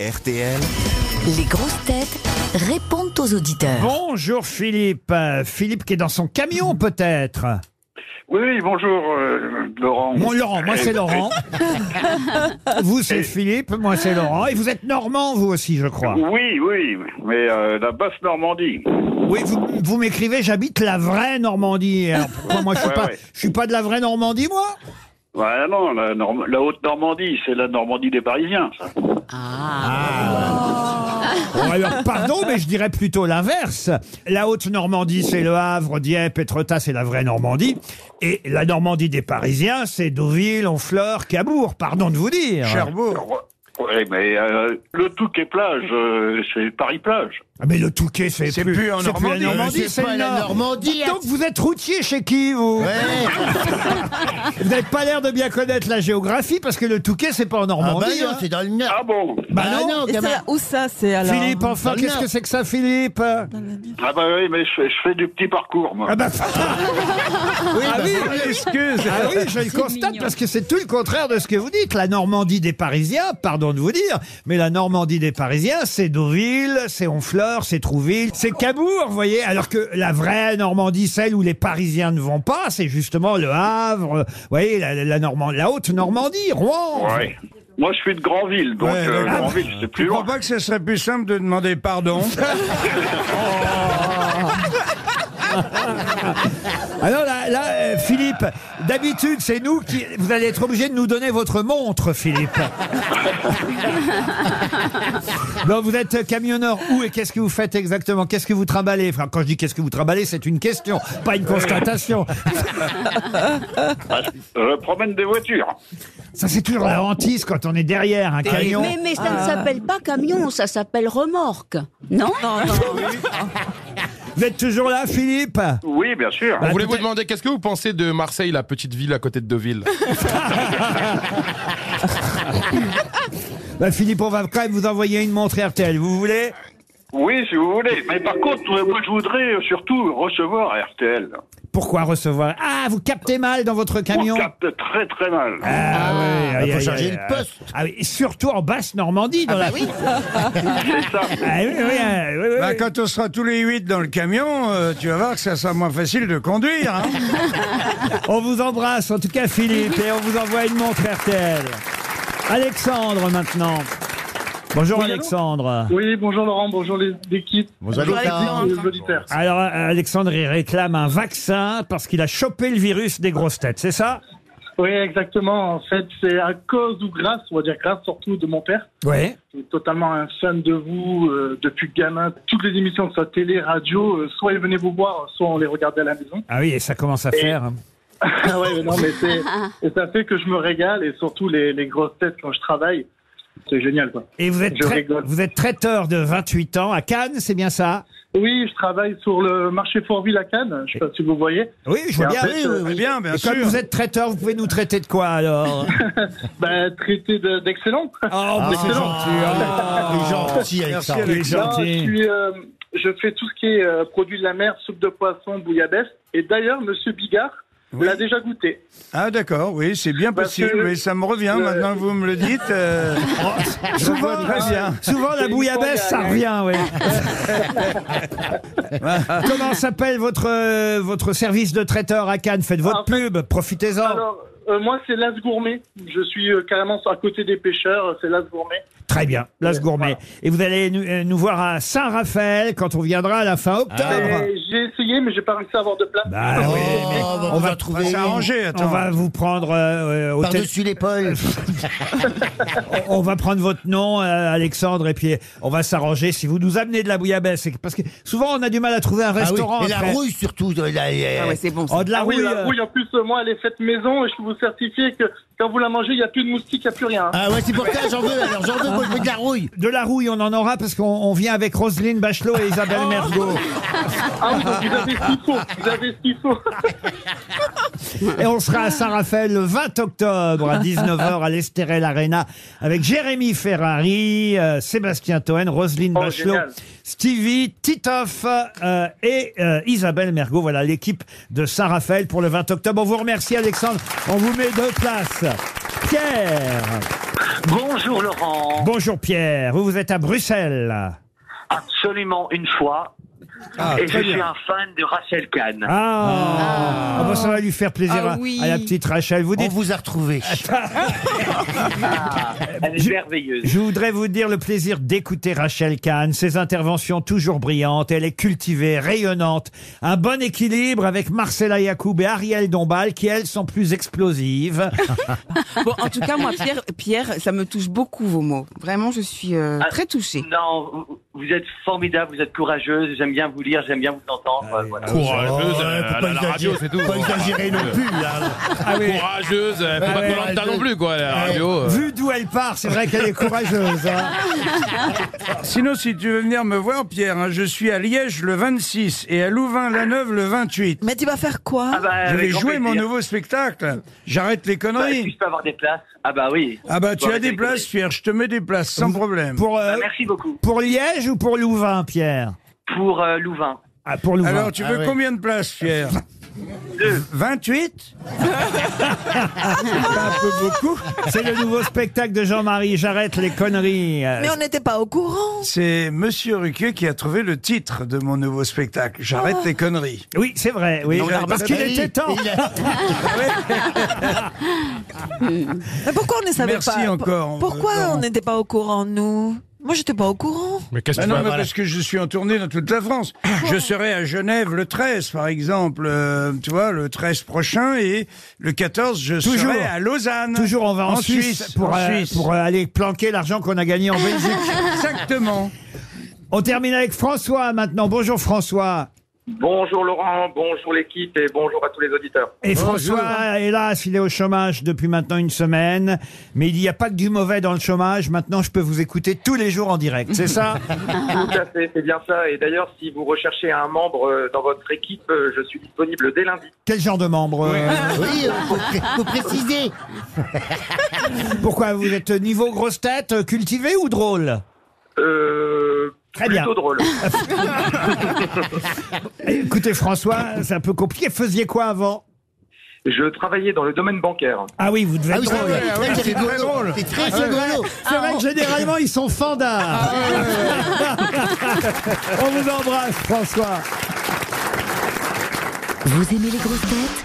RTL. Les grosses têtes répondent aux auditeurs. Bonjour Philippe. Euh, Philippe qui est dans son camion peut-être. Oui, oui, bonjour, euh, Laurent. Mon Laurent, moi c'est Laurent. vous c'est Philippe, moi c'est Laurent. Et vous êtes normand vous aussi je crois. Oui, oui, mais euh, la basse Normandie. Oui, vous, vous m'écrivez j'habite la vraie Normandie. Alors, pourquoi moi je suis Ouais, pas ouais. je suis pas de la vraie Normandie moi Ouais, non, la, Norm- la haute Normandie, c'est la Normandie des Parisiens, ça. Ah. Bon, Oh. alors, pardon, mais je dirais plutôt l'inverse. La Haute-Normandie, c'est le Havre, Dieppe, Etretat, c'est la vraie Normandie. Et la Normandie des Parisiens, c'est Deauville, Honfleur, Cabourg, pardon de vous dire. Oui, mais euh, le Touquet plage, euh, c'est Paris plage. Ah, mais le Touquet, c'est C'est plus, plus en c'est plus la Normandie. Normandie, C'est c'est pas le la Nord. Normandie. Dites donc, vous êtes routier chez qui, vous Ah Vous n'avez pas l'air de bien connaître la géographie, parce que le Touquet, c'est pas en Ah bah Normandie. non, hein. c'est dans le Nord. Ah bon Bah non. Et ça, gamin. où ça, c'est alors Philippe, enfin, Dans le qu'est-ce Nord. que c'est que ça, Philippe Ah bah oui, mais je fais, je fais du petit parcours, moi. Ah bah, Ah oui, Ah oui, je le constate parce que c'est tout le contraire de ce que vous dites. La Normandie des Parisiens, pardon de vous dire, mais la Normandie des Parisiens, c'est Deauville, c'est Honfleur, c'est Trouville, c'est Cabourg, vous voyez. Alors que la vraie Normandie, celle où les Parisiens ne vont pas, c'est justement le Havre, euh, vous voyez, la, la, Normandie, la haute Normandie, Rouen. Ouais. Moi, je suis de Grandville, donc Ouais, euh, ouais. Grandville, c'est plus Je loin. crois pas que ce serait plus simple de demander pardon. Alors là, là, euh, Philippe, d'habitude, c'est nous qui. Vous allez être obligé de nous donner votre montre, Philippe. bon, vous êtes camionneur où et qu'est-ce que vous faites exactement Qu'est-ce que vous trimballez Enfin, quand je dis qu'est-ce que vous trimballez, c'est une question, pas une constatation. Ah, je je promène des voitures. Ça, c'est toujours la hantise quand on est derrière un camion. Mais, mais ça ne s'appelle pas camion, ça s'appelle remorque. Non Non, non, Vous êtes toujours là, Philippe Oui, bien sûr. On voulait vous demander qu'est-ce que vous pensez de Marseille, la petite ville à côté de Deauville Bah, Philippe, on va quand même vous envoyer une montre RTL. Vous voulez Oui, si vous voulez. Mais par contre, euh, moi, je voudrais euh, surtout recevoir RTL. Pourquoi recevoir Ah, vous captez mal dans votre camion On capte très très mal. Ah, ouais, aïe, faut aïe, changer aïe, de aïe. poste. Ah oui, et surtout en basse Normandie, dans la. C'est ça. Ah oui, oui, oui, oui, oui. Bah, quand on sera tous les huit dans le camion, euh, tu vas voir que ça sera moins facile de conduire. hein. On vous embrasse, en tout cas Philippe, et on vous envoie une montre RTL. Alexandre maintenant. Bonjour Alexandre. Oui, bonjour Laurent, bonjour les équipes, Bonjour, Laurent. les auditeurs. Alors euh, Alexandre, il réclame un vaccin parce qu'il a chopé le virus des grosses têtes, c'est ça Oui, exactement. En fait, c'est à cause ou grâce, on va dire grâce surtout de mon père, Oui. qui est totalement un fan de vous euh, depuis gamin. Toutes les émissions, que ce soit télé, radio, euh, soit il venait vous voir, soit on les regardait à la maison. Ah oui, et ça commence à faire. hein. Ah ouais, mais non, mais c'est, et ça fait que je me régale et surtout les, les grosses têtes quand je travaille. C'est génial, quoi. Et vous êtes, Je trai- rigole. vous êtes traiteur de 28 ans à Cannes, c'est bien ça Oui, je travaille sur le marché Fourville à Cannes. Je sais pas si vous voyez. Oui, je vois Et en bien. fait, euh, Eh bien, bien Et sûr. comme vous êtes traiteur, vous pouvez nous traiter de quoi alors bah, traité de- d'excellent. Ah, Oh, mais c'est gentil. Ah, il est Oh. gentil, hein. Merci, Alexandre. Il est Alexandre. Non, je, gentil. suis, euh, je fais tout ce qui est euh, produits de la mer, soupe de poisson, bouillabaisse. Et d'ailleurs, Monsieur Bigard Oui. l'a déjà goûté. Ah, d'accord, oui, c'est bien Parce possible. que- oui, ça me revient le- maintenant que vous me le dites. euh, hein. je vois très bien. Souvent, la C'est une bouillabaisse, ça fangale, revient, oui. Comment s'appelle votre, euh, votre service de traiteur à Cannes Faites votre Ah, en pub, Ah. profitez-en. Alors, euh, moi, c'est l'As Gourmet. Je suis euh, carrément à côté des pêcheurs. euh, C'est l'As Gourmet. Très bien, là, ce gourmet. Et vous allez nous, euh, nous voir à Saint-Raphaël quand on viendra à la fin Ah. octobre. Et J'ai essayé, mais j'ai pas réussi à avoir de place. Bah Oh, oui, mais on on va vous va en On va trouver une. s'arranger, on attends. va vous prendre euh, euh, au tél- Par-dessus l'épaule. Ah on on va prendre votre nom, euh, Alexandre, et puis on va s'arranger si vous nous amenez de la bouillabaisse. Parce que souvent, on a du mal à trouver un Ah oui, restaurant. Et la après. rouille surtout. de la- euh, Ah ouais, c'est bon. ça. Oh, de la Ah oui, rouille, la euh, rouille, en plus, euh, moi, elle est faite maison et je peux vous certifier que quand vous la mangez, il n'y a plus de moustiques, il n'y a plus rien. hein. Ah ouais, c'est pour ça, j'en veux. Alors j'en veux, moi, je veux de la rouille. De la rouille, on en aura parce qu'on on vient avec Roselyne Bachelot et Isabelle Mergo. Ah oui, donc vous avez ce qu'il faut. Vous avez ce qu'il faut. Et on sera à Saint-Raphaël le 20 octobre à 19h à l'Estérel Arena avec Jérémy Ferrari, euh, Sébastien Toen, Roselyne Oh, Bachelot, génial. Stevie, Titoff euh, et euh, Isabelle Mergo. Voilà l'équipe de Saint-Raphaël pour le 20 octobre. On vous remercie Alexandre. On vous met deux places. Pierre. Bonjour Laurent. Bonjour Pierre, vous, vous êtes à Bruxelles. Absolument une fois. Ah, et je très suis bien. un fan de Rachel Kahn. Ah, Ah, bah, ça va lui faire plaisir Ah à- oui. à, la petite Rachel. Vous On dites, vous a retrouvé. Ah, elle est Je- merveilleuse. je voudrais vous dire le plaisir d'écouter Rachel Kahn, ses interventions toujours brillantes, elle est cultivée, rayonnante, un bon équilibre avec Marcella Yacoub et Ariel Dombal qui elles sont plus explosives. Bon, en tout cas, moi, Pierre, Pierre, ça me touche beaucoup vos mots. Vraiment, je suis euh, Ah. très touchée. Non, vous- vous êtes formidable, vous êtes courageuse. J'aime bien vous lire, j'aime bien vous entendre. voilà. Courageuse, Oh, euh, faut à pas la exagérer- radio, c'est tout. Pas exagérer non plus. là. Ah oui. Courageuse, elle fait pas ouais, de Koh-Lanta ouais, non plus, quoi, à la radio. euh. Eh, Vu d'où elle part, c'est vrai qu'elle est courageuse. hein. Sinon, si tu veux venir me voir, Pierre, hein, je suis à Liège le 26 et à Louvain-la-Neuve le 28. Mais tu vas faire quoi Ah bah, je avec vais grand jouer mon plaisir. nouveau spectacle. J'arrête les Bah, Est-ce que conneries. je peux avoir des places Ah bah oui. Ah bah, tu Ouais, as des avec places, plaisir. Pierre. Je te mets des places, sans problème. Pour, euh, Bah, merci beaucoup. pour Liège ou pour Louvain, Pierre Pour euh, Louvain. ah, Pour Louvain. Alors, tu Ah veux ouais. combien de places, Pierre 28 un peu beaucoup. C'est le nouveau spectacle de Jean-Marie. J'arrête les conneries. Euh, Mais on n'était pas au courant. C'est Monsieur Ruquier qui a trouvé le titre de mon nouveau spectacle. J'arrête les conneries. Oui, c'est vrai. Oui, Mais on l'a parce qu'il remarqué. était temps. Il a- Mais pourquoi on ne savait Merci pas encore, Pourquoi euh, Laurent. on n'était pas au courant, nous Moi, j'étais pas au courant. Mais qu'est-ce que Ah Bah tu non, vas mais voir parce que je suis en tournée dans toute la France. Je serai à Genève le 13, par exemple, euh, tu vois, le 13 prochain, et le 14, je Toujours. serai à Lausanne. Toujours, on va en, Suisse, pour, en euh, Suisse. pour, euh, aller planquer l'argent qu'on a gagné en Belgique. Exactement. on termine avec François maintenant. Bonjour François. Bonjour Laurent, bonjour l'équipe et bonjour à tous les auditeurs. Et François, hélas, il est au chômage depuis maintenant une semaine. Mais il n'y a pas que du mauvais dans le chômage. Maintenant, je peux vous écouter tous les jours en direct. C'est ça Ah. Tout à fait, c'est bien ça. Et d'ailleurs, si vous recherchez un membre euh, dans votre équipe, euh, je suis disponible dès lundi. Quel genre de membre euh, Oui, euh, faut, pré- faut préciser. Pourquoi vous êtes niveau grosse tête, euh, cultivé ou drôle Euh, Très bien. plutôt drôle. Écoutez François, c'est un peu compliqué. Faisiez quoi avant Je travaillais dans le domaine bancaire. Ah oui, vous devez Ah être oui, drôle. c'est vrai, c'est très drôle. rigolo. C'est très rigolo. C'est vrai que généralement ils sont fandards. On vous embrasse François. Vous aimez les grosses têtes